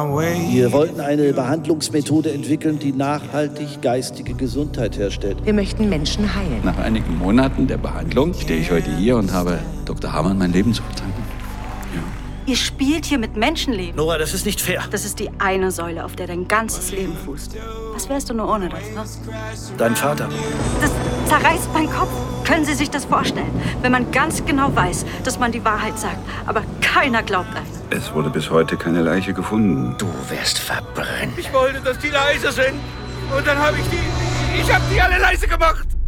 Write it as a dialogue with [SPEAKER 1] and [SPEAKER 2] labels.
[SPEAKER 1] Wir wollten eine Behandlungsmethode entwickeln, die nachhaltig geistige Gesundheit herstellt.
[SPEAKER 2] Wir möchten Menschen heilen.
[SPEAKER 3] Nach einigen Monaten der Behandlung stehe ich heute hier und habe Dr. Hamann mein Leben zu verdanken.
[SPEAKER 4] Ihr spielt hier mit Menschenleben.
[SPEAKER 5] Nora, das ist nicht fair.
[SPEAKER 4] Das ist die eine Säule, auf der dein ganzes Leben fußt. Was wärst du nur ohne das, ne?
[SPEAKER 5] Dein Vater.
[SPEAKER 4] Das zerreißt meinen Kopf. Können Sie sich das vorstellen? Wenn man ganz genau weiß, dass man die Wahrheit sagt, aber keiner glaubt einem.
[SPEAKER 6] Es wurde bis heute keine Leiche gefunden.
[SPEAKER 7] Du wirst verbrennen.
[SPEAKER 8] Ich wollte, dass die leise sind. Und dann habe ich die. Ich habe die alle leise gemacht.